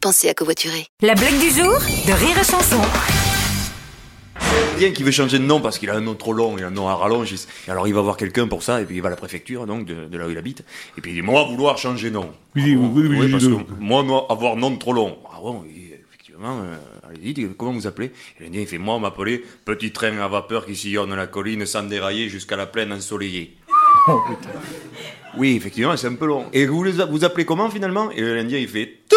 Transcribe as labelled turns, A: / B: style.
A: Pensez à covoiturer.
B: La blague du jour de Rire et Chanson.
C: Quelqu'un qui veut changer de nom parce qu'il a un nom trop long, il a un nom à rallonge. Et alors il va voir quelqu'un pour ça, et puis il va à la préfecture, donc de, de là où il habite. Et puis il dit Moi, vouloir changer de nom.
D: Oui,
C: Ah bon
D: oui, oui, oui,
C: parce
D: oui.
C: que moi, no- avoir nom trop long. Ah bon, oui, effectivement, euh, allez-y, dites, comment vous appelez Et le Indien, il fait Moi, on m'appelait Petit train à vapeur qui sillonne la colline sans dérailler jusqu'à la plaine ensoleillée.
D: Oh,
C: oui, effectivement, c'est un peu long. Et vous les a- vous appelez comment finalement Et l'Indien, il fait Tout,